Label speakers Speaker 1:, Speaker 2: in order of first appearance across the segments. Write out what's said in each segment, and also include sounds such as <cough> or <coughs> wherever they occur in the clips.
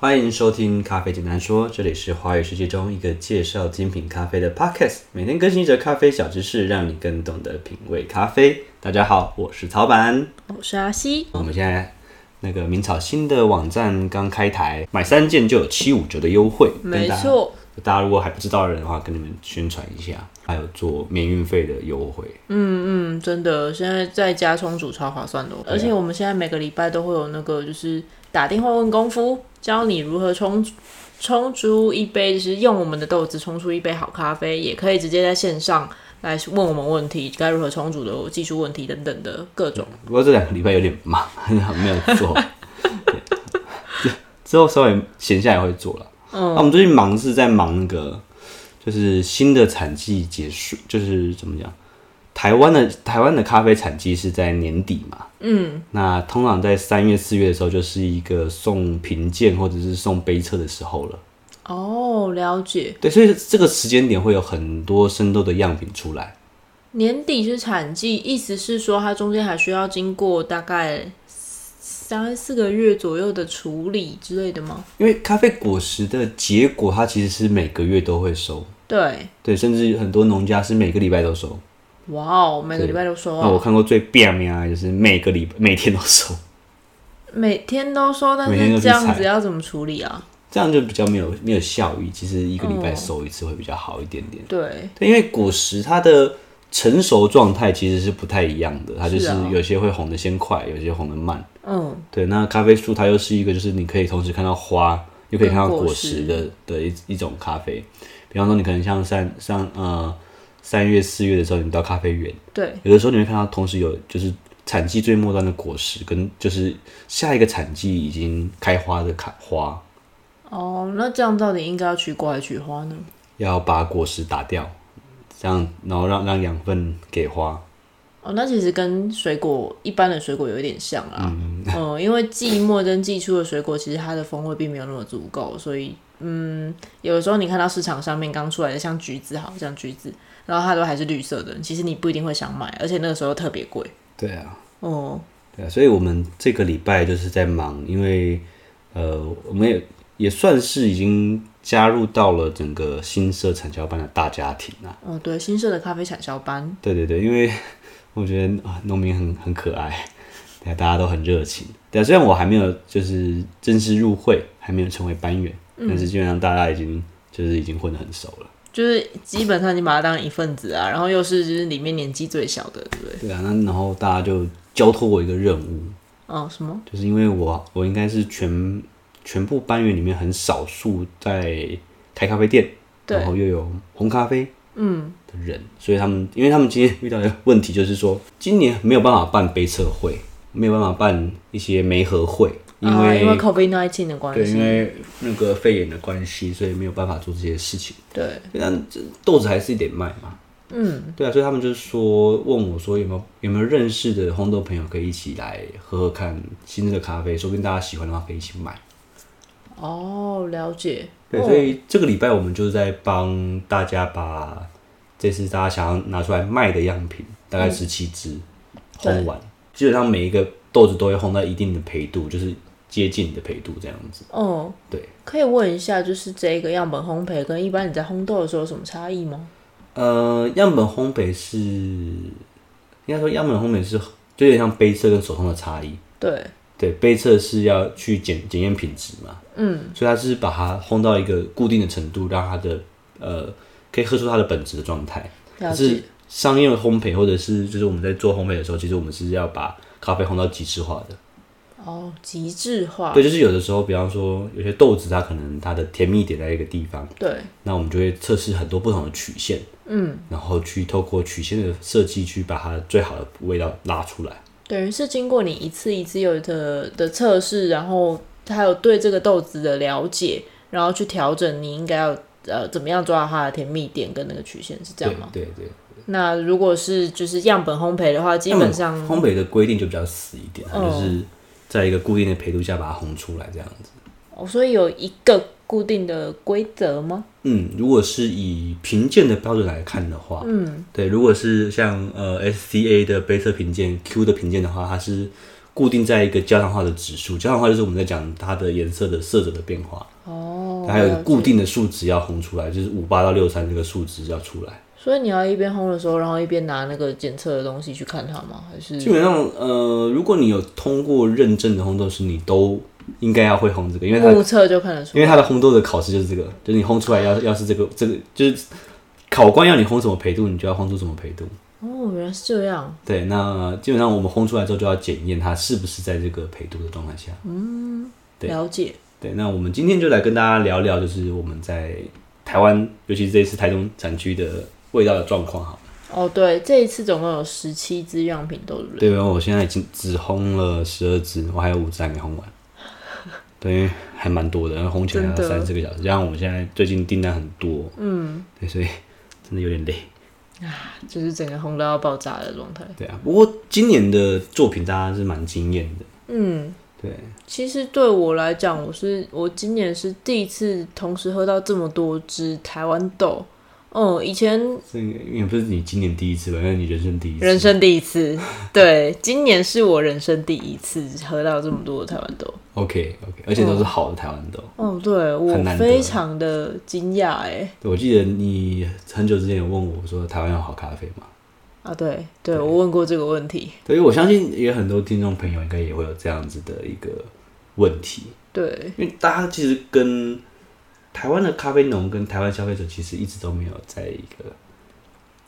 Speaker 1: 欢迎收听《咖啡简单说》，这里是华语世界中一个介绍精品咖啡的 podcast，每天更新一则咖啡小知识，让你更懂得品味咖啡。大家好，我是曹板。
Speaker 2: 我是阿西，
Speaker 1: 我们现在那个明草新的网站刚开台，买三件就有七五折的优惠，跟
Speaker 2: 没
Speaker 1: 大家
Speaker 2: 错，
Speaker 1: 大家如果还不知道的人的话，跟你们宣传一下，还有做免运费的优惠。
Speaker 2: 嗯，真的，现在在家冲煮超划算的哦，而且我们现在每个礼拜都会有那个，就是打电话问功夫，教你如何冲冲出一杯，就是用我们的豆子冲出一杯好咖啡，也可以直接在线上来问我们问题，该如何冲煮的技术问题等等的各种。
Speaker 1: 不过这两个礼拜有点忙， <laughs> 没有做。 <laughs> 对之后稍微闲下来会做了。嗯，那、我们最近忙是在忙那个，就是新的产季结束，就是怎么讲？台湾的台湾的咖啡产季是在年底嘛？嗯，那通常在三月四月的时候，就是一个送评鉴或者是送杯测的时候了。
Speaker 2: 哦，了解。
Speaker 1: 对，所以这个时间点会有很多生豆的样品出来。
Speaker 2: 年底是产季，意思是说它中间还需要经过大概三四个月左右的处理之类的吗？
Speaker 1: 因为咖啡果实的结果，它其实是每个月都会收，
Speaker 2: 对，
Speaker 1: 对，甚至很多农家是每个礼拜都收。
Speaker 2: 哇哦，每个礼拜都收
Speaker 1: 那
Speaker 2: 啊，
Speaker 1: 我看过最变面啊，就是每个礼拜每天都收，
Speaker 2: 每天都收，但
Speaker 1: 每天都
Speaker 2: 是
Speaker 1: 去
Speaker 2: 这样
Speaker 1: 采
Speaker 2: 子要怎么处理啊？
Speaker 1: 这样就比较没有没有效益。其实一个礼
Speaker 2: 哦
Speaker 1: 拜收一次会比较好一点点。
Speaker 2: 对，
Speaker 1: 对，因为果实它的成熟状态其实是不太一样的，它就是
Speaker 2: 是啊
Speaker 1: 有些会红的先快，有些红的慢。
Speaker 2: 嗯，
Speaker 1: 对，那咖啡树它又是一个，就是你可以同时看到花，又可以看到
Speaker 2: 跟果
Speaker 1: 果实的的一一种咖啡。比方说，你可能像三上呃三月四月的时候，你到咖啡园，
Speaker 2: 对，
Speaker 1: 有的时候你会看到同时有就是产季最末端的果实，跟就是下一个产季已经开花的卡花，
Speaker 2: 哦，那这样到底应该要取果还是取花呢？
Speaker 1: 要把果实打掉，这样然后让让养分给花。
Speaker 2: 哦，那其实跟水果一般的水果有一点像啦，嗯因为季末跟季初的水果，其实它的风味并没有那么足够，所以嗯，有的时候你看到市场上面刚出来的，像橘子好，像橘子，然后它都还是绿色的，其实你不一定会想买，而且那个时候特别贵，
Speaker 1: 对啊，
Speaker 2: 哦，
Speaker 1: 对啊，所以我们这个礼拜就是在忙，因为呃，我们也也算是已经加入到了整个新社产销班的大家庭啊。
Speaker 2: 哦，对，新设的咖啡产销班，
Speaker 1: 对对对，因为 <laughs> 我觉得啊，农民很很可爱，对啊、大家都很热情。对啊，虽然我还没有就是正式入会，还没有成为班员，但是基本上大家已经就是已经混得很熟了。
Speaker 2: 就是基本上你把它当一份子啊，然后又是就是里面年纪最小的，对不对？
Speaker 1: 对啊，那然后大家就交托我一个任务，
Speaker 2: 哦，什么？
Speaker 1: 就是因为我我应该是全全部班员里面很少数在开咖啡店，
Speaker 2: 对
Speaker 1: 然后又有红咖啡，嗯的人，所以他们因为他们今天遇到的问题就是说，今年没有办法办杯测会，没有办法办一些媒合会，因
Speaker 2: 啊
Speaker 1: 为、
Speaker 2: 因为 COVID nineteen 的哦关
Speaker 1: 对，因
Speaker 2: 系，
Speaker 1: 为那个肺炎的关系，所以没有办法做这些事情。
Speaker 2: 对，
Speaker 1: 但这豆子还是得卖嘛。嗯，对啊，所以他们就是说问我说有没有有没有认识的烘豆朋友可以一起来喝喝看新制的咖啡，说不定大家喜欢的话可以一起买。
Speaker 2: 哦，了解，
Speaker 1: 对，所以这个礼拜我们就是在帮大家把这次大家想要拿出来卖的样品，大概十七支烘完，基本上每一个豆子都会烘到一定的培度，就是接近你的培度这样子。
Speaker 2: 哦，
Speaker 1: 对，
Speaker 2: 可以问一下，就是这个样本烘焙跟一般你在烘豆的时候有什么差异吗？
Speaker 1: 呃，样本烘焙是，应该说样本烘焙是就有点像杯测跟手冲的差异。
Speaker 2: 对，
Speaker 1: 对，杯测是要去检检验品质嘛，嗯，所以它是把它烘到一个固定的程度，让它的呃可以喝出它的本质的状态。
Speaker 2: 了
Speaker 1: 可
Speaker 2: 解，
Speaker 1: 是商业烘焙或者是就是我们在做烘焙的时候，其实我们是要把咖啡烘到极致化的。
Speaker 2: 哦，极致化，
Speaker 1: 对，就是有的时候，比方说有些豆子它可能它的甜蜜点在一个地方。
Speaker 2: 对，
Speaker 1: 那我们就会测试很多不同的曲线，嗯，然后去透过曲线的设计去把它最好的味道拉出来。
Speaker 2: 等于是经过你一次一次有的的测试，然后还有对这个豆子的了解，然后去调整你应该要呃怎么样抓到它的甜蜜点跟那个曲线，是这样吗？
Speaker 1: 对对对，
Speaker 2: 那如果是就是样本烘焙的话，基本上哦
Speaker 1: 烘焙的规定就比较死一点，它就是在一个固定的陪度下把它烘出来这样子。
Speaker 2: 哦，所以有一个固定的规则吗？
Speaker 1: 嗯，如果是以评鉴的标准来看的话，嗯，对，如果是像呃 SCA 的杯测评鉴、Q 的评鉴的话，它是固定在一个焦糖化的指数，焦糖化就是我们在讲它的颜色的色泽的变化，
Speaker 2: 哦，
Speaker 1: 它还有一个
Speaker 2: 了
Speaker 1: 固
Speaker 2: 解。
Speaker 1: 定的数值要烘出来，就是五八到六三这个数值要出来。
Speaker 2: 所以你要一边烘的时候，然后一边拿那个检测的东西去看它吗？还是
Speaker 1: 基本上，呃，如果你有通过认证的烘豆师，你都应该要会烘这个，因为它
Speaker 2: 目测就看得出
Speaker 1: 因为它的烘豆的考试就是这个，就是你烘出来要要是这个这个，就是考官要你烘什么培度，你就要烘出什么培度。
Speaker 2: 哦，原来是这样。
Speaker 1: 对，那基本上我们烘出来之后就要检验它是不是在这个培度的状态下。对
Speaker 2: 了解。
Speaker 1: 对，那我们今天就来跟大家聊聊，就是我们在台湾，尤其是这一次台中产区的味道的状况哈。
Speaker 2: 哦，对，这一次总共有十七支样品豆乳，
Speaker 1: 对，因为我现在已经只烘了十二支，我还有五支还没烘完。对，因为还蛮多的，然后烘起来要
Speaker 2: 真的
Speaker 1: 三四个小时，加上我们现在最近订单很多，嗯，对，所以真的有点累。
Speaker 2: 就是整个烘到要爆炸的状态。
Speaker 1: 对啊，不过今年的作品大家是蛮惊艳的。
Speaker 2: 嗯，
Speaker 1: 对，
Speaker 2: 其实对我来讲，我是我今年是第一次同时喝到这么多支台湾豆。嗯，以前
Speaker 1: 这个也不是你今年第一次吧？因为你人生第一次。
Speaker 2: 人生第一次，对，今年是我人生第一次喝到这么多的台湾豆。
Speaker 1: OK OK，而且都是好的台湾豆。
Speaker 2: 哦，对我
Speaker 1: 很难得
Speaker 2: 非常的惊讶哎。
Speaker 1: 对我记得你很久之前有问我说台湾有好咖啡吗？
Speaker 2: 啊，对对，我问过这个问题，
Speaker 1: 对，因为我相信也有很多听众朋友应该也会有这样子的一个问题，
Speaker 2: 对，
Speaker 1: 因为大家其实跟台湾的咖啡农跟台湾消费者其实一直都没有在一个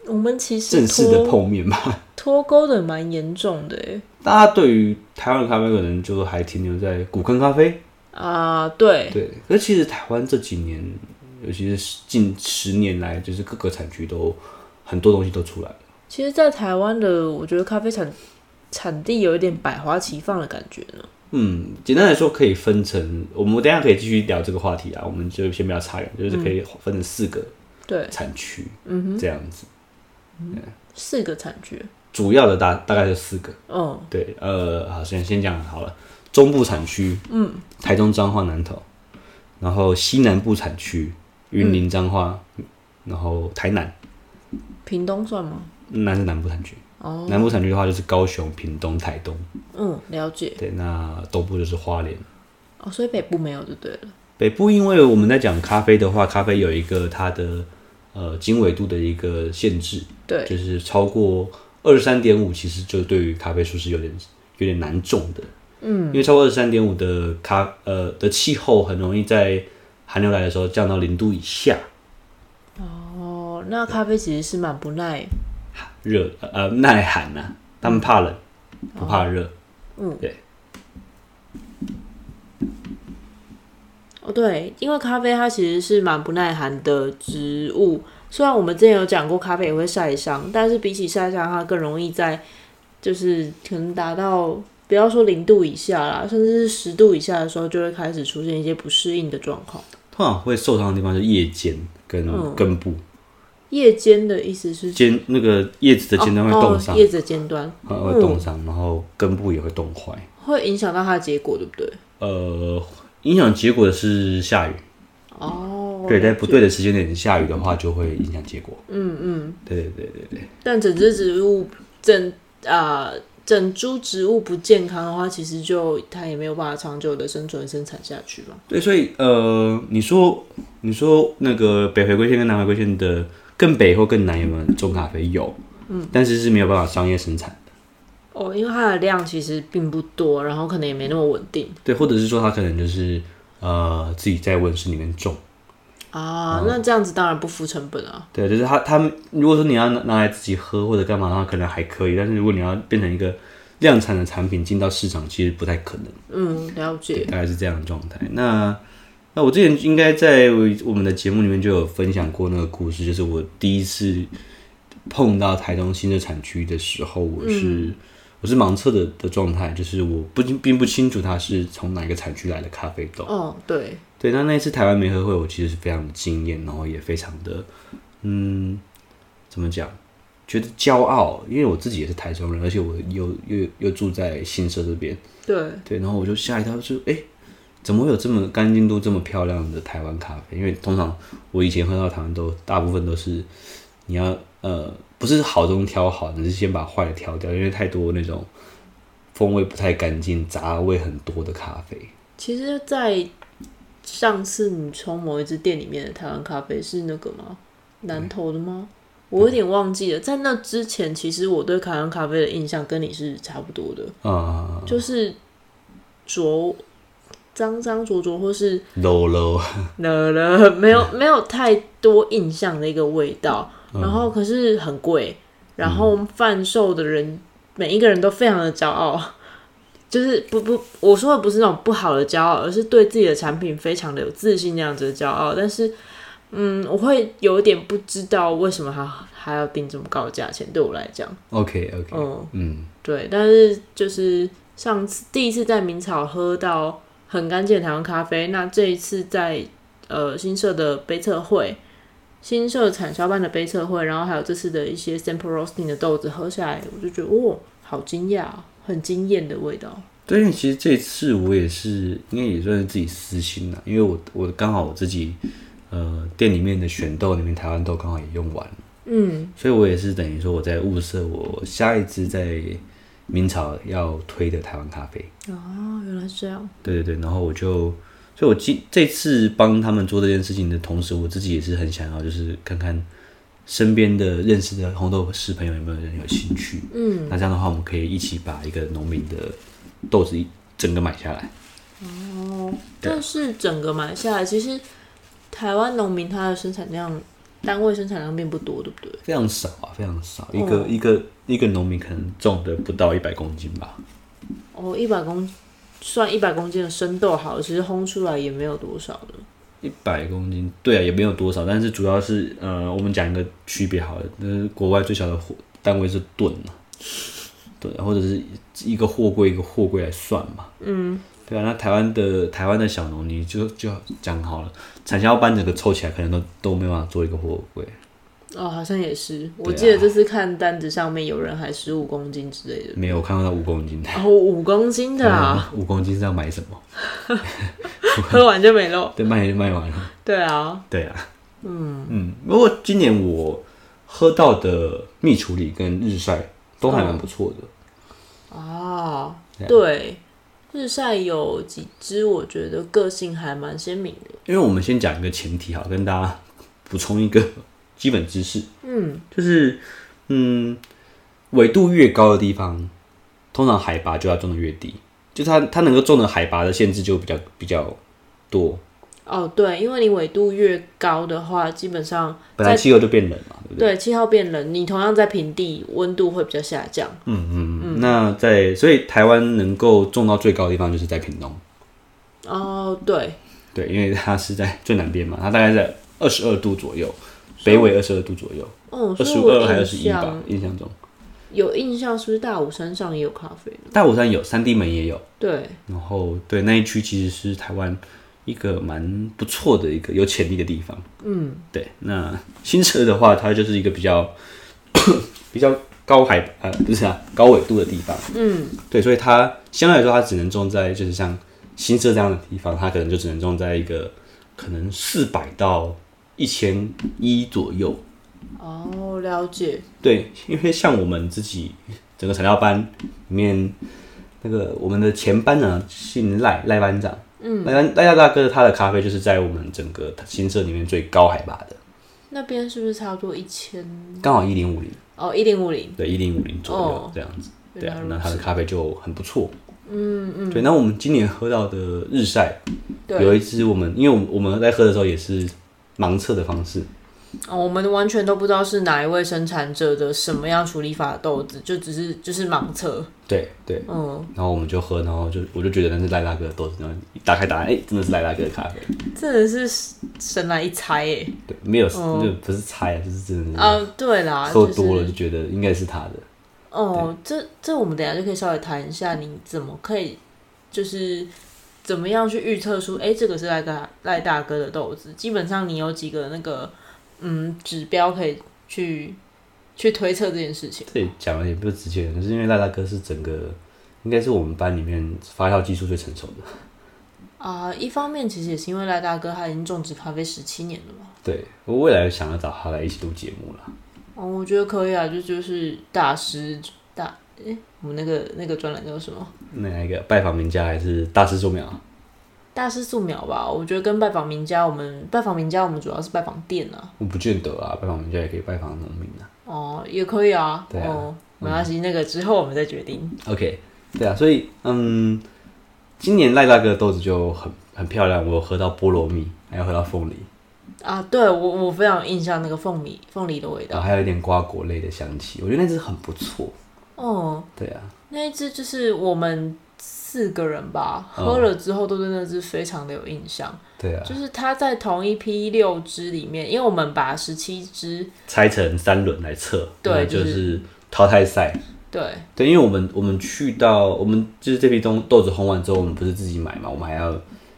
Speaker 2: 我们其实
Speaker 1: 正式的
Speaker 2: 脱
Speaker 1: 碰面吧。
Speaker 2: 脱钩的蛮严重的哎。
Speaker 1: 大家对于台湾的咖啡可能就还停留在古坑咖啡。
Speaker 2: 啊，对，
Speaker 1: 对，可是其实台湾这几年，尤其是近十年来，就是各个产区都很多东西都出来了。
Speaker 2: 其实，在台湾的，我觉得咖啡产产地有一点百花齐放的感觉呢。
Speaker 1: 嗯，简单来说，可以分成我们等一下可以继续聊这个话题啊，我们就先不要差远，就是可以分成四个
Speaker 2: 对，
Speaker 1: 产区，嗯这样子，
Speaker 2: 四个产区，
Speaker 1: 主要的大大概就四个，
Speaker 2: 嗯，
Speaker 1: 对，呃，好，先先讲好了，中部产区，嗯，台中彰化南投，然后西南部产区，云林彰化，然后台南，
Speaker 2: 屏东算吗？
Speaker 1: 那是南部产区。
Speaker 2: 哦，
Speaker 1: 南部产区的话就是高雄、屏东、台东，
Speaker 2: 嗯，了解。
Speaker 1: 对，那东部就是花莲。
Speaker 2: 哦，所以北部没有就对了。
Speaker 1: 北部因为我们在讲咖啡的话，咖啡有一个它的呃经纬度的一个限制，
Speaker 2: 对，
Speaker 1: 就是超过二十三点五，其实就对于咖啡树是有点有点难种的，嗯，因为超过二十三点五的咖呃的气候很容易在寒流来的时候降到零度以下，
Speaker 2: 哦，那咖啡其实是蛮不耐，
Speaker 1: 热呃耐寒
Speaker 2: 嗯
Speaker 1: 呐、他们怕冷，不怕热，
Speaker 2: 哦，对，因为咖啡它其实是蛮不耐寒的植物。虽然我们之前有讲过咖啡也会晒伤，但是比起晒伤，它更容易在就是可能达到不要说零度以下啦，甚至是十度以下的时候，就会开始出现一些不适应的状况。
Speaker 1: 通常会受伤的地方就是夜间跟
Speaker 2: 嗯
Speaker 1: 根部。
Speaker 2: 夜间的意思是
Speaker 1: 尖那个叶子的尖端会冻伤
Speaker 2: 哦，嗯叶子的尖端
Speaker 1: 呃会冻伤，然后根部也会冻坏。
Speaker 2: 会影响到它的结果，对不对？
Speaker 1: 呃，影响结果的是下雨，
Speaker 2: 哦，
Speaker 1: 对，在不对的时间点下雨的话，就会影响结果。
Speaker 2: 嗯嗯，
Speaker 1: 对对对对对，
Speaker 2: 但整只植物整啊、整株植物不健康的话，其实就它也没有办法长久的生存生产下去吧。
Speaker 1: 对，所以呃，你说你说那个北回归线跟南回归线的更北或更南有没有种咖啡？有，嗯，但是是没有办法商业生产，
Speaker 2: 哦，因为它的量其实并不多，然后可能也没那么稳定
Speaker 1: 对，或者是说它可能就是呃自己在温室里面种。
Speaker 2: 啊。那这样子当然不付成本啊。
Speaker 1: 对，就是他他们，如果说你要拿拿来自己喝或者干嘛的话，可能还可以。但是如果你要变成一个量产的产品进到市场，其实不太可能。
Speaker 2: 嗯，了
Speaker 1: 对，
Speaker 2: 解。
Speaker 1: 大概是这样的状态。那那我之前应该在我们的节目里面就有分享过那个故事，就是我第一次碰到台东新的产区的时候，我是、我是盲测的的状态，就是我不并不清楚它是从哪个产区来的咖啡豆。
Speaker 2: 哦，对，
Speaker 1: 对，那那一次台湾梅合会，我其实是非常的惊艳，然后也非常的，嗯，怎么讲？觉得骄傲，因为我自己也是台中人，而且我又又又住在新社这边，
Speaker 2: 对，
Speaker 1: 对，然后我就吓一跳，就哎、诶怎么会有这么干净度这么漂亮的台湾咖啡？因为通常我以前喝到台湾都大部分都是你要呃不是好中挑好，你是先把坏的挑掉，因为太多那种风味不太干净、杂味很多的咖啡。
Speaker 2: 其实，在上次你冲某一支店里面的台湾咖啡是那个吗？南投的吗？我有点忘记了。在那之前，其实我对台湾咖啡的印象跟你是差不多的，
Speaker 1: 啊、
Speaker 2: 就是浊、脏脏浊浊，或是
Speaker 1: 嗯、，low low，
Speaker 2: 了了，没有没有太多印象的一个味道。然后可是很贵，然后贩售的人、每一个人都非常的骄傲，就是不不，我说的不是那种不好的骄傲，而是对自己的产品非常的有自信那样子的骄傲。但是，嗯，我会有一点不知道为什么他还要定这么高的价钱，对我来讲，
Speaker 1: OK OK，
Speaker 2: 嗯，
Speaker 1: 嗯，
Speaker 2: 对。但是就是上次第一次在明朝喝到很干净的台湾咖啡，那这一次在呃新社的杯测会。新社产销班的杯测会，然后还有这次的一些 sample roasting 的豆子，喝下来我就觉得，哦，好惊讶哦，很惊艳的味道。
Speaker 1: 对，因为其实这次我也是，应该也算是自己私心了，因为我我刚好我自己，呃，店里面的选豆里面台湾豆刚好也用完了，
Speaker 2: 嗯，
Speaker 1: 所以我也是等于说我在物色我下一支在明朝要推的台湾咖啡。
Speaker 2: 哦，原来是这样。
Speaker 1: 对对对，然后我就，所以我今这次帮他们做这件事情的同时，我自己也是很想要，就是看看身边的认识的红豆师朋友有没有人有兴趣。
Speaker 2: 嗯，
Speaker 1: 那这样的话，我们可以一起把一个农民的豆子一整个买下来。啊
Speaker 2: 但是整个买下来，其实台湾农民他的生产量单位生产量并不多，对不对？
Speaker 1: 非常少啊，非常少，一个、一个一个农民可能种的不到一百公斤吧。
Speaker 2: 哦，一百公算一百公斤的生豆好了，其实烘出来也没有多少了。
Speaker 1: 一百公斤，对啊，也没有多少，但是主要是呃，我们讲一个区别好了，就是国外最小的货单位是吨嘛，对，或者是一个货柜一个货柜来算嘛，嗯，对啊，那台湾的台湾的小农，你就就讲好了，产销班整个凑起来可能都都没办法做一个货柜，
Speaker 2: 哦，好像也是。我
Speaker 1: 对啊
Speaker 2: 记得这次看单子上面有人还十五公斤
Speaker 1: <laughs>
Speaker 2: 之类的。
Speaker 1: 没有，我看到那五公斤的，
Speaker 2: 哦，五公斤的
Speaker 1: <laughs>
Speaker 2: 啊，
Speaker 1: 五公斤是要买什么？
Speaker 2: 喝完就没漏。
Speaker 1: 对，卖就卖完了，
Speaker 2: 对
Speaker 1: <laughs>
Speaker 2: 啊，
Speaker 1: 对啊，嗯嗯，不过今年我喝到的蜜处理跟日晒都还蛮不错的。
Speaker 2: 啊，对，日晒有几只，我觉得个性还蛮鲜明的。
Speaker 1: 因为我们先讲一个前提好，跟大家补充一个基本知识，
Speaker 2: 嗯，
Speaker 1: 就是嗯，纬度越高的地方，通常海拔就要种的越低，就它它能够种的海拔的限制就比较比较多，
Speaker 2: 哦，对，因为你纬度越高的话，基本上
Speaker 1: 本来气候就变冷嘛，对不对？
Speaker 2: 对气候变冷，你同样在平地，温度会比较下降。
Speaker 1: 嗯嗯嗯。那在所以台湾能够种到最高的地方就是在屏东，
Speaker 2: 哦，对，
Speaker 1: 对，因为它是在最南边嘛，它大概在二十二度左右，北纬二十二度左右，
Speaker 2: 哦，
Speaker 1: 二
Speaker 2: 所以
Speaker 1: 十
Speaker 2: 我
Speaker 1: 二还
Speaker 2: 有
Speaker 1: 二
Speaker 2: 印
Speaker 1: 十一吧
Speaker 2: 象，
Speaker 1: 印象中。
Speaker 2: 有印象是不是大武山上也有咖啡？
Speaker 1: 大武山有，三地门也有。
Speaker 2: 对，
Speaker 1: 然后对那一区其实是台湾一个蛮不错的一个有潜力的地方。嗯，对。那新社的话，它就是一个比较 <coughs> 比较高海拔呃不是啊高纬度的地方。嗯，对，所以它相对来说，它只能种在就是像新社这样的地方，它可能就只能种在一个可能四百到一千一左右。
Speaker 2: 哦，了解，
Speaker 1: 对，因为像我们自己整个材料班里面，那个我们的前班长姓赖，赖班长，嗯，赖班赖大大哥他的咖啡就是在我们整个新社里面最高海拔的，
Speaker 2: 那边是不是差不多一千？
Speaker 1: 刚好一零五零，
Speaker 2: 哦，一零五零，
Speaker 1: 对，一零五零左
Speaker 2: 哦
Speaker 1: 右这样子，对啊
Speaker 2: 原，
Speaker 1: 那
Speaker 2: 来如
Speaker 1: 他
Speaker 2: 此
Speaker 1: 的咖啡就很不错，嗯嗯，对，那我们今年喝到的日晒
Speaker 2: 对，
Speaker 1: 有一支，我们因为我们我们在喝的时候也是盲测的方式，
Speaker 2: 哦，我们完全都不知道是哪一位生产者的什么样处理法的豆子，就只是就是盲测，
Speaker 1: 对对，
Speaker 2: 嗯，
Speaker 1: 然后我们就喝，然后就我就觉得那是赖大哥的豆子，然后一打开打开，哎、真的是赖大哥的咖啡。
Speaker 2: 真的是神来一猜诶。
Speaker 1: 对，没有，就不是猜啊，就是真的是
Speaker 2: 啊，嗯对啦，
Speaker 1: 喝
Speaker 2: 就是
Speaker 1: 多了就觉得应该是他的。
Speaker 2: 哦，这这我们等一下就可以稍微谈一下，你怎么可以就是怎么样去预测出，哎，这个是赖大赖大哥的豆子。基本上你有几个那个嗯指标可以去去推测这件事情。
Speaker 1: 这里讲的也不直接，就是因为赖大哥是整个应该是我们班里面发酵技术最成熟的。
Speaker 2: 啊、一方面其实也是因为赖大哥他已经种植咖啡十七年了嘛，
Speaker 1: 对我未来想要找他来一起录节目了。
Speaker 2: 哦，我觉得可以啊，就就是大师大，哎，我们那个那个专栏叫什么？
Speaker 1: 哪一个拜访名家还是大师素描？
Speaker 2: 大师素描吧。我觉得跟拜访名家，我们拜访名家，我们主要是拜访店啊。
Speaker 1: 我不见得啊，拜访名家也可以拜访农民啊。
Speaker 2: 哦，也可以啊。
Speaker 1: 对啊
Speaker 2: 哦，没关系，那个之后我们再决定。
Speaker 1: OK，对啊，所以嗯，今年赖大哥的豆子就很很漂亮，我有喝到菠萝蜜，还有喝到凤梨，
Speaker 2: 啊，对我我非常有印象那个凤梨凤梨的味道。
Speaker 1: 然后还有一点瓜果类的香气，我觉得那只很不错。
Speaker 2: 哦，
Speaker 1: 对啊，
Speaker 2: 那一只就是我们四个人吧，
Speaker 1: 嗯
Speaker 2: 喝了之后都对那只非常的有印象。
Speaker 1: 对啊，
Speaker 2: 就是它在同一批六只里面，因为我们把十七只
Speaker 1: 拆成三轮来测，
Speaker 2: 对
Speaker 1: 那
Speaker 2: 就
Speaker 1: 就是是淘汰赛。
Speaker 2: 对
Speaker 1: 对，因为我们我们去到我们就是这批东豆子烘完之后，我们不是自己买嘛，我们还要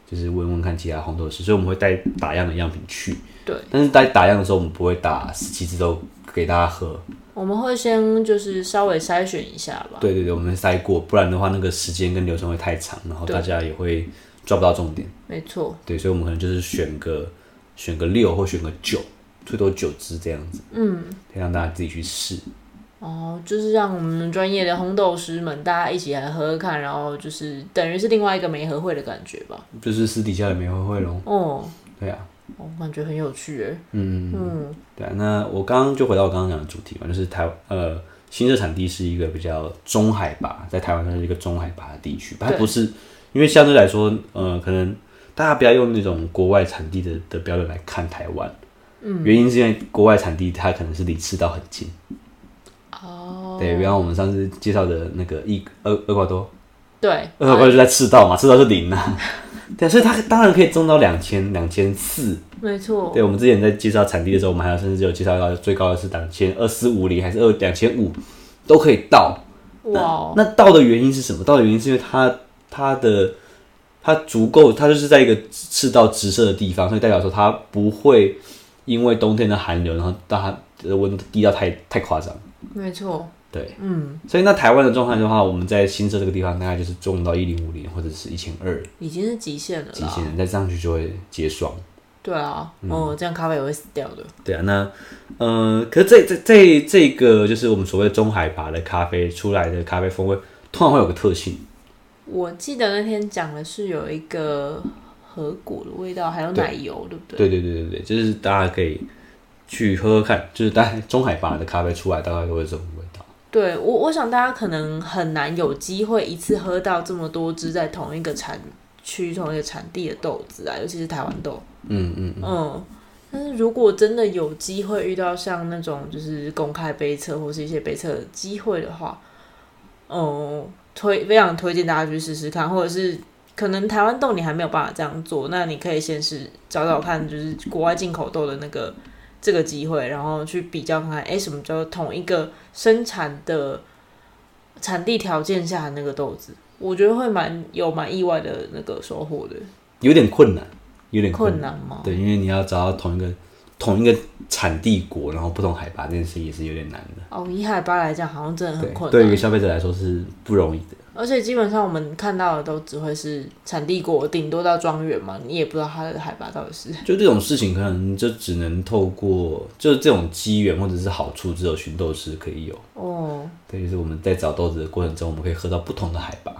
Speaker 1: 就是问问看其他烘豆师，所以我们会带打样的样品去。
Speaker 2: 对，
Speaker 1: 但是在打样的时候，我们不会打十七支都给大家喝。
Speaker 2: 我们会先就是稍微筛选一下吧。
Speaker 1: 对对对，我们筛过，不然的话那个时间跟流程会太长，然后
Speaker 2: 对
Speaker 1: 大家也会抓不到重点。
Speaker 2: 没错，
Speaker 1: 对，所以我们可能就是选个选个六或选个九，最多九支这样子。嗯，可以让大家自己去试。
Speaker 2: 哦，就是让我们专业的烘豆师们大家一起来喝喝看，然后就是等于是另外一个媒合会的感觉吧。
Speaker 1: 就是私底下也没会会咯。
Speaker 2: 哦，
Speaker 1: 对啊，
Speaker 2: 我感觉很有趣诶。
Speaker 1: 嗯，
Speaker 2: 嗯，
Speaker 1: 对啊。那我刚刚就回到我刚刚讲的主题嘛，就是台呃新社产地是一个比较中海拔，在台湾算是一个中海拔的地区，它
Speaker 2: 对
Speaker 1: 不是因为相对来说，呃，可能大家不要用那种国外产地的的标准来看台湾。嗯，原因是因为国外产地它可能是离赤道很近，
Speaker 2: 哦，
Speaker 1: 对，比方我们上次介绍的那个一厄厄瓜多，
Speaker 2: 对，
Speaker 1: 厄瓜多就在赤道嘛，赤道是零啊， <laughs> 对，所以它当然可以种到两千两千四，
Speaker 2: 没错，
Speaker 1: 对，我们之前在介绍产地的时候，我们还有甚至有介绍到最高的是两千二四五零还是二两千五都可以到。
Speaker 2: 哇，
Speaker 1: 那到的原因是什么？到的原因是因为它它的它足够，它就是在一个赤道直射的地方，所以代表说它不会因为冬天的寒流，然后让它的温度低到太太夸张。
Speaker 2: 没错，
Speaker 1: 对，
Speaker 2: 嗯，
Speaker 1: 所以那台湾的状态的话，我们在新社这个地方大概就是种到一零五零或者是一千二
Speaker 2: 已经是极限了
Speaker 1: 极
Speaker 2: 啦。
Speaker 1: 限，再嗯上去就会结霜。
Speaker 2: 对啊，哦，这样咖啡也会死掉的。
Speaker 1: 对啊，那呃，可是这这这这个就是我们所谓的中海拔的咖啡出来的咖啡风味，通常会有个特性，
Speaker 2: 我记得那天讲的是有一个核果的味道，还有奶油，对不对？
Speaker 1: 对对对对对，就是大家可以去喝喝看，就是大概中海拔的咖啡出来大概都会是这种味道。
Speaker 2: 对我，我想大家可能很难有机会一次喝到这么多支在同一个产区、同一个产地的豆子啊，尤其是台湾豆。
Speaker 1: 嗯嗯，
Speaker 2: 嗯，但是如果真的有机会遇到像那种就是公开杯测或是一些杯测的机会的话，嗯，推非常推荐大家去试试看，或者是可能台湾豆你还没有办法这样做，那你可以先是找找看，就是国外进口豆的那个这个机会，然后去比较看看，哎、什么叫做同一个生产的产地条件下的那个豆子。我觉得会蛮有蛮意外的那个收获的，
Speaker 1: 有点困难，有点困
Speaker 2: 困难吗？
Speaker 1: 对，因为你要找到同一个同一个产地国，然后不同海拔这件事情也是有点难的。
Speaker 2: 哦，以海拔来讲，好像真的很
Speaker 1: 对，
Speaker 2: 嗯困
Speaker 1: 对于
Speaker 2: 难。
Speaker 1: 消费者来说是不容易的。
Speaker 2: 而且基本上我们看到的都只会是产地国，顶多到庄园嘛，你也不知道它的海拔到底是。
Speaker 1: 就这种事情，可能就只能透过就是这种机缘或者是好处，只有寻豆师可以有。
Speaker 2: 哦，
Speaker 1: 对，就是我们在找豆子的过程中，我们可以喝到不同的海拔。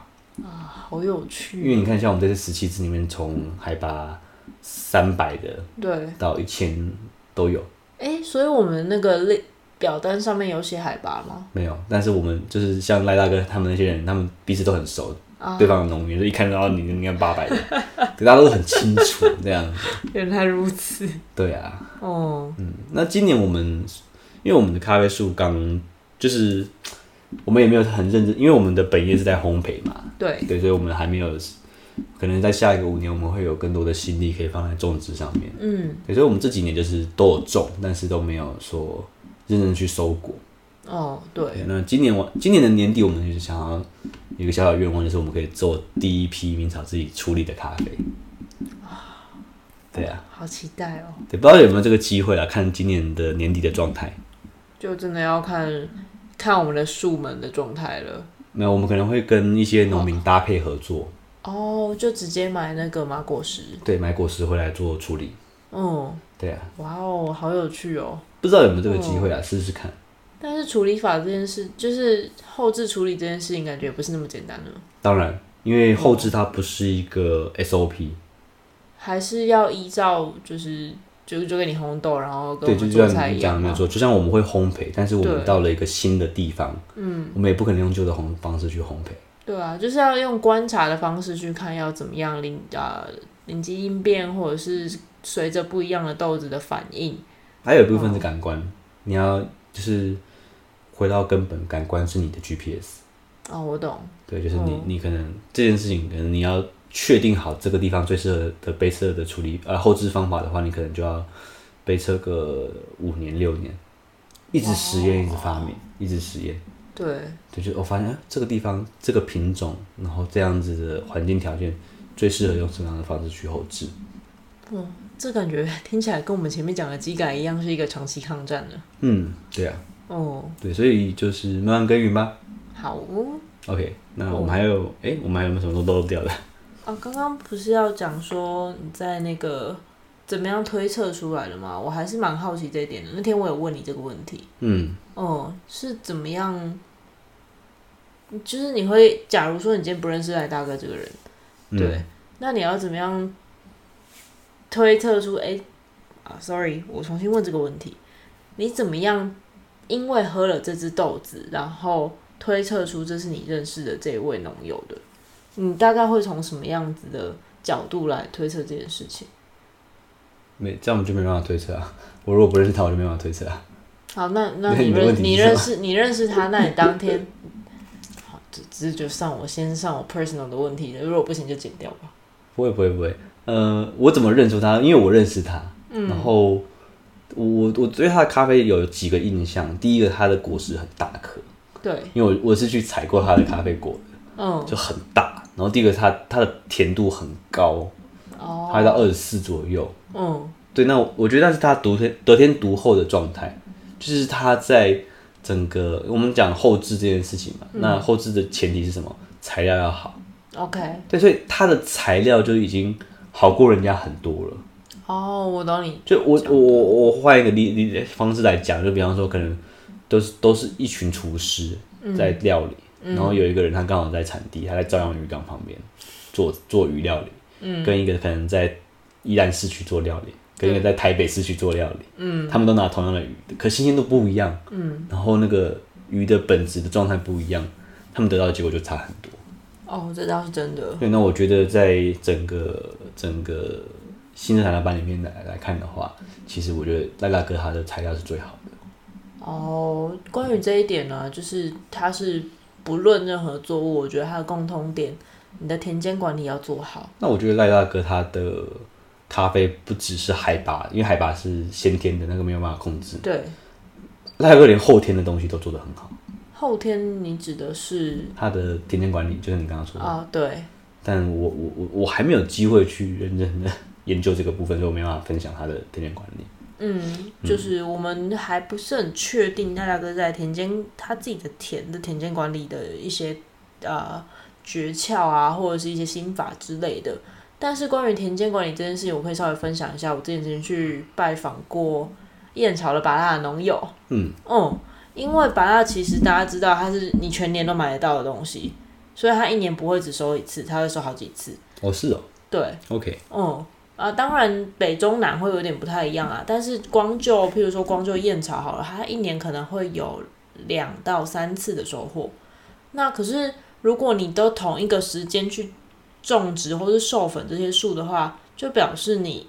Speaker 2: 好有
Speaker 1: 因
Speaker 2: 趣。
Speaker 1: 为你看，像我们这次十七支里面，从海拔三百的
Speaker 2: 对，
Speaker 1: 到一千都有，
Speaker 2: 哎，所以我们那个列表单上面有写海拔吗？
Speaker 1: 没有。但是我们就是像赖大哥他们那些人，他们彼此都很熟，
Speaker 2: 啊
Speaker 1: 对方的农民，就一看到你你看八百的，对，大家都很清楚这样子。
Speaker 2: 原来如此。
Speaker 1: 对啊，
Speaker 2: 哦，
Speaker 1: 嗯，那今年我们因为我们的咖啡树刚就是我们也没有很认真，因为我们的本业是在烘焙嘛，
Speaker 2: 对，
Speaker 1: 对，所以我们还没有，可能在下一个五年，我们会有更多的心力可以放在种植上面。
Speaker 2: 嗯，
Speaker 1: 对，所以我们这几年就是都有种，但是都没有说认真去收果。
Speaker 2: 哦，对，
Speaker 1: 对，那今年我今年的年底，我们就是想要有一个小小愿望，就是我们可以做第一批明朝自己处理的咖啡。对啊，
Speaker 2: 好期待哦。
Speaker 1: 对，不知道有没有这个机会啊？看今年的年底的状态。
Speaker 2: 就真的要看看我们的树们的状态了。
Speaker 1: 没有，我们可能会跟一些农民搭配合作，
Speaker 2: 哦，就直接买那个嘛果实。
Speaker 1: 对，买果实回来做处理。
Speaker 2: 嗯，
Speaker 1: 对啊，
Speaker 2: 哇哦，好有趣哦。哦
Speaker 1: 不知道有没有这个机会啊？试试看。
Speaker 2: 但是处理法这件事，就是后置处理这件事情，感觉也不是那么简单的，
Speaker 1: 当然，因为后置它不是一个 SOP，、
Speaker 2: 还是要依照就是就就跟你烘豆，然后跟
Speaker 1: 对，
Speaker 2: 我
Speaker 1: 就
Speaker 2: 们
Speaker 1: 就
Speaker 2: 做
Speaker 1: 像
Speaker 2: 菜
Speaker 1: 你
Speaker 2: 一
Speaker 1: 讲的
Speaker 2: 样
Speaker 1: 没有
Speaker 2: 嘛。
Speaker 1: 错，就像我们会烘焙，但是我们
Speaker 2: 对
Speaker 1: 到了一个新的地方，嗯，我们也不可能用旧的烘方式去烘焙。
Speaker 2: 对啊，就是要用观察的方式去看要怎么样临啊临机应变，或者是随着不一样的豆子的反应。
Speaker 1: 还有一部分是感官，你要就是回到根本，感官是你的 GPS，
Speaker 2: 哦，我懂，
Speaker 1: 对，就是
Speaker 2: 嗯
Speaker 1: 你、你可能这件事情，可能你要确定好这个地方最适合的杯测的处理呃后置方法的话，你可能就要杯测个五年六年，一直实验，一直发明，一直实验。
Speaker 2: 对，
Speaker 1: 对，就是我发现、啊、这个地方这个品种，然后这样子的环境条件最适合用什么样的方式去后置。
Speaker 2: 这感觉听起来跟我们前面讲的机改一样，是一个长期抗战的。
Speaker 1: 嗯，对啊，
Speaker 2: 哦，
Speaker 1: 对，所以就是慢慢耕耘吧。
Speaker 2: 好哦，
Speaker 1: OK，那我们还有，哎、我们还有没有什么都漏掉的？
Speaker 2: 哦，刚刚不是要讲说你在那个怎么样推测出来的吗？我还是蛮好奇这一点的。那天我有问你这个问题，
Speaker 1: 嗯，
Speaker 2: 哦，是怎么样？就是你会，假如说你今天不认识赖大哥这个人，
Speaker 1: 嗯
Speaker 2: 对，那你要怎么样推测出？哎、啊，sorry，我重新问这个问题，你怎么样？因为喝了这只豆子，然后推测出这是你认识的这位农友的，你大概会从什么样子的角度来推测这件事情？
Speaker 1: 没这样我们就没办法推测啊。我如果不认识他，我就没办法推测啊。
Speaker 2: 好，那那
Speaker 1: 那
Speaker 2: 你
Speaker 1: 你的问
Speaker 2: 认
Speaker 1: 题
Speaker 2: 你
Speaker 1: 是什
Speaker 2: 认
Speaker 1: 么
Speaker 2: 识你认识他，那你当天， <laughs> 好，这这就上我先上我 personal 的问题了，如果不行就剪掉吧。
Speaker 1: 不会，不会，不会。呃，我怎么认出他？因为我认识他，
Speaker 2: 嗯
Speaker 1: 然后我我我对他的咖啡有几个印象。第一个，它的果实很大颗，
Speaker 2: 对，
Speaker 1: 因为我我是去采过它的咖啡果，
Speaker 2: 嗯，
Speaker 1: 就很大。然后第一个它，它的甜度很高，
Speaker 2: 哦，
Speaker 1: 它到二十四左右。
Speaker 2: 嗯，
Speaker 1: 对，那我觉得那是他独天得天独厚的状态，就是他在整个我们讲后置这件事情嘛，
Speaker 2: 嗯
Speaker 1: 那后置的前提是什么？材料要好。
Speaker 2: ，OK，
Speaker 1: 对，所以他的材料就已经好过人家很多了。
Speaker 2: 哦，我懂你，
Speaker 1: 就我我我我换一个理理方式来讲，就比方说，可能都是都是一群厨师在料理，然后有一个人他刚好在产地，他在朝阳渔港旁边做做鱼料理，嗯，跟一个可能在宜兰市区做料理，跟一个在台北市区做料理，嗯，他们都拿同样的鱼，可新鲜度不一样，嗯，然后那个鱼的本质的状态不一样，他们得到的结果就差很多。
Speaker 2: 哦，这倒是真的，
Speaker 1: 对，那我觉得在整个整个新的材料班里面来来看的话，其实我觉得赖大哥他的材料是最好的。
Speaker 2: 哦，关于这一点呢、就是它是不论任何作物，我觉得它的共通点，你的田间管理要做好，
Speaker 1: 那我觉得赖大哥他的咖啡不只是海拔，因为海拔是先天的那个没有办法控制，
Speaker 2: 对，
Speaker 1: 赖大哥连后天的东西都做得很好。
Speaker 2: 后天你指的是
Speaker 1: 他的田间管理就是你刚刚说的，
Speaker 2: 啊，对，
Speaker 1: 但我我我我还没有机会去认真的 <laughs> 研究这个部分，所以我没办法分享他的田间管理。
Speaker 2: 嗯，就是我们还不是很确定大大哥在田间他自己的田的田间管理的一些呃诀窍啊，或者是一些心法之类的。但是关于田间管理这件事情，我可以稍微分享一下。我之前曾经去拜访过燕巢的拔蜡的农友，嗯因为拔蜡其实大家知道它是你全年都买得到的东西，所以它一年不会只收一次，它会收好几次。
Speaker 1: 哦，是哦
Speaker 2: 对，
Speaker 1: ，OK，
Speaker 2: 嗯，啊，当然北中南会有点不太一样啊，但是光就譬如说光就燕巢好了，它一年可能会有两到三次的收获。那可是如果你都同一个时间去种植或是授粉这些树的话，就表示你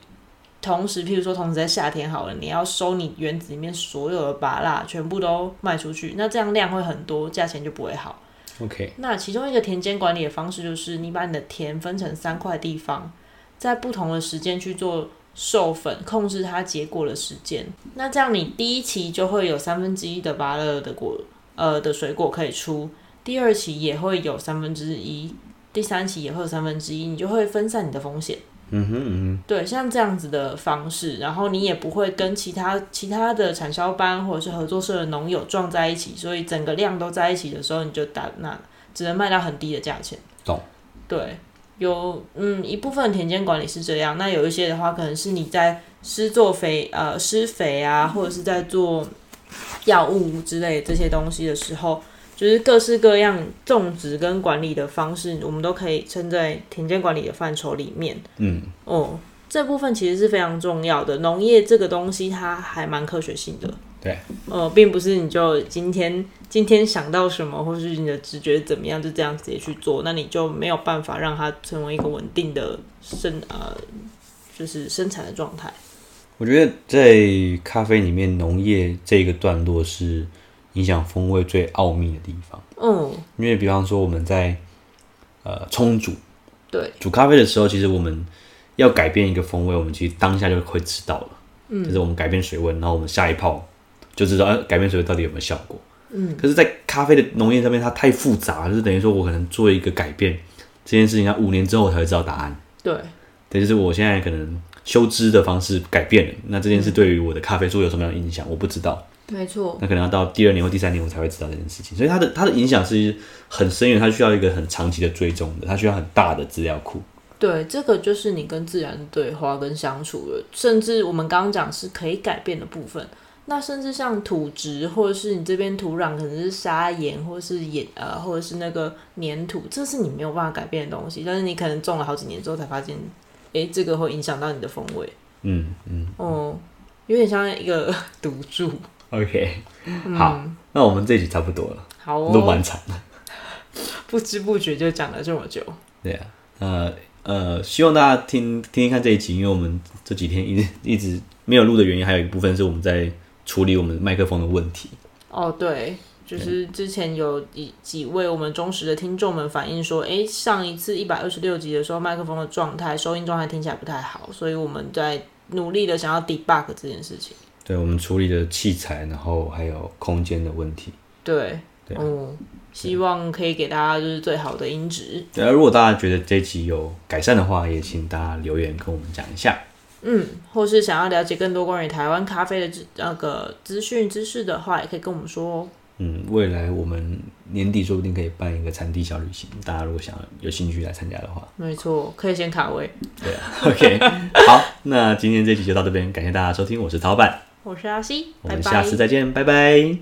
Speaker 2: 同时，譬如说同时在夏天好了，你要收你园子里面所有的芭蜡，全部都卖出去，那这样量会很多，价钱就不会好。
Speaker 1: OK，
Speaker 2: 那其中一个田间管理的方式就是，你把你的田分成三块地方，在不同的时间去做授粉，控制它结果的时间。那这样你第一期就会有三分之一的芭乐的果，呃的水果可以出，第二期也会有三分之一，第三期也会有三分之一，你就会分散你的风险。
Speaker 1: 嗯哼嗯
Speaker 2: 对，像这样子的方式，然后你也不会跟其他其他的产销班或者是合作社的农友撞在一起，所以整个量都在一起的时候，你就打那只能卖到很低的价钱。
Speaker 1: 懂？
Speaker 2: 对，有嗯一部分田间管理是这样，那有一些的话，可能是你在施作肥呃施肥啊，或者是在做药物之类这些东西的时候，就是各式各样种植跟管理的方式，我们都可以称在田间管理的范畴里面。
Speaker 1: 嗯，
Speaker 2: 哦，这部分其实是非常重要的。农业这个东西，它还蛮科学性的。
Speaker 1: 对，啊
Speaker 2: 呃，并不是你就今天今天想到什么，或是你的直觉怎么样，就这样直接去做，那你就没有办法让它成为一个稳定的生呃，就是生产的状态。
Speaker 1: 我觉得在咖啡里面，农业这个段落是影响风味最奥秘的地方。
Speaker 2: 嗯，
Speaker 1: 因为比方说我们在呃冲煮
Speaker 2: 对，
Speaker 1: 煮咖啡的时候，其实我们要改变一个风味，我们其实当下就会知道了。嗯，就是我们改变水温，然后我们下一泡就知道，呃，改变水温到底有没有效果。嗯，可是，在咖啡的农业上面，它太复杂了，就是等于说我可能做一个改变这件事情，它五年之后我才会知道答案。
Speaker 2: 对，
Speaker 1: 对，就是我现在可能修枝的方式改变了，那这件事
Speaker 2: 嗯
Speaker 1: 对于我的咖啡树有什么样的影响，我不知道。
Speaker 2: 没错，
Speaker 1: 那可能要到第二年或第三年我才会知道这件事情，所以它的它的影响是很深远，它需要一个很长期的追踪的，它需要很大的资料库。
Speaker 2: 对，这个就是你跟自然的对话跟相处了，甚至我们刚刚讲是可以改变的部分。那甚至像土质，或者是你这边土壤可能是砂岩，或者是岩呃，或者是那个粘土，这是你没有办法改变的东西。但是你可能种了好几年之后才发现，诶，这个会影响到你的风味。
Speaker 1: 嗯嗯
Speaker 2: 哦、有点像一个 <laughs> 赌注。
Speaker 1: ，OK，好， <laughs> 那我们这一集差不多了，
Speaker 2: 嗯好
Speaker 1: 录
Speaker 2: 哦，
Speaker 1: 完场。
Speaker 2: 不知不觉就讲了这么久。
Speaker 1: 对啊，呃呃，希望大家听听听看这一集，因为我们这几天一直一直没有录的原因，还有一部分是我们在处理我们麦克风的问题。
Speaker 2: 哦，对，就是之前有几几位我们忠实的听众们反映说，诶，上一次一百二十六集的时候，麦克风的状态、收音状态听起来不太好，所以我们在努力的想要 debug 这件事情。
Speaker 1: 对我们处理的器材，然后还有空间的问题。
Speaker 2: 对，
Speaker 1: 对
Speaker 2: 嗯，希望可以给大家就是最好的音质。
Speaker 1: 对啊，如果大家觉得这一集有改善的话，也请大家留言跟我们讲一下。
Speaker 2: 嗯，或是想要了解更多关于台湾咖啡的知那个资讯知识的话，也可以跟我们说哦。
Speaker 1: 嗯，未来我们年底说不定可以办一个产地小旅行，大家如果想要有兴趣来参加的话， <laughs>
Speaker 2: 没错，可以先卡位。
Speaker 1: 对啊，OK，好，那今天这集就到这边，感谢大家收听，我是陶板，
Speaker 2: 我是阿西，
Speaker 1: 我
Speaker 2: 拜
Speaker 1: 们
Speaker 2: 拜。
Speaker 1: 下次再见，拜拜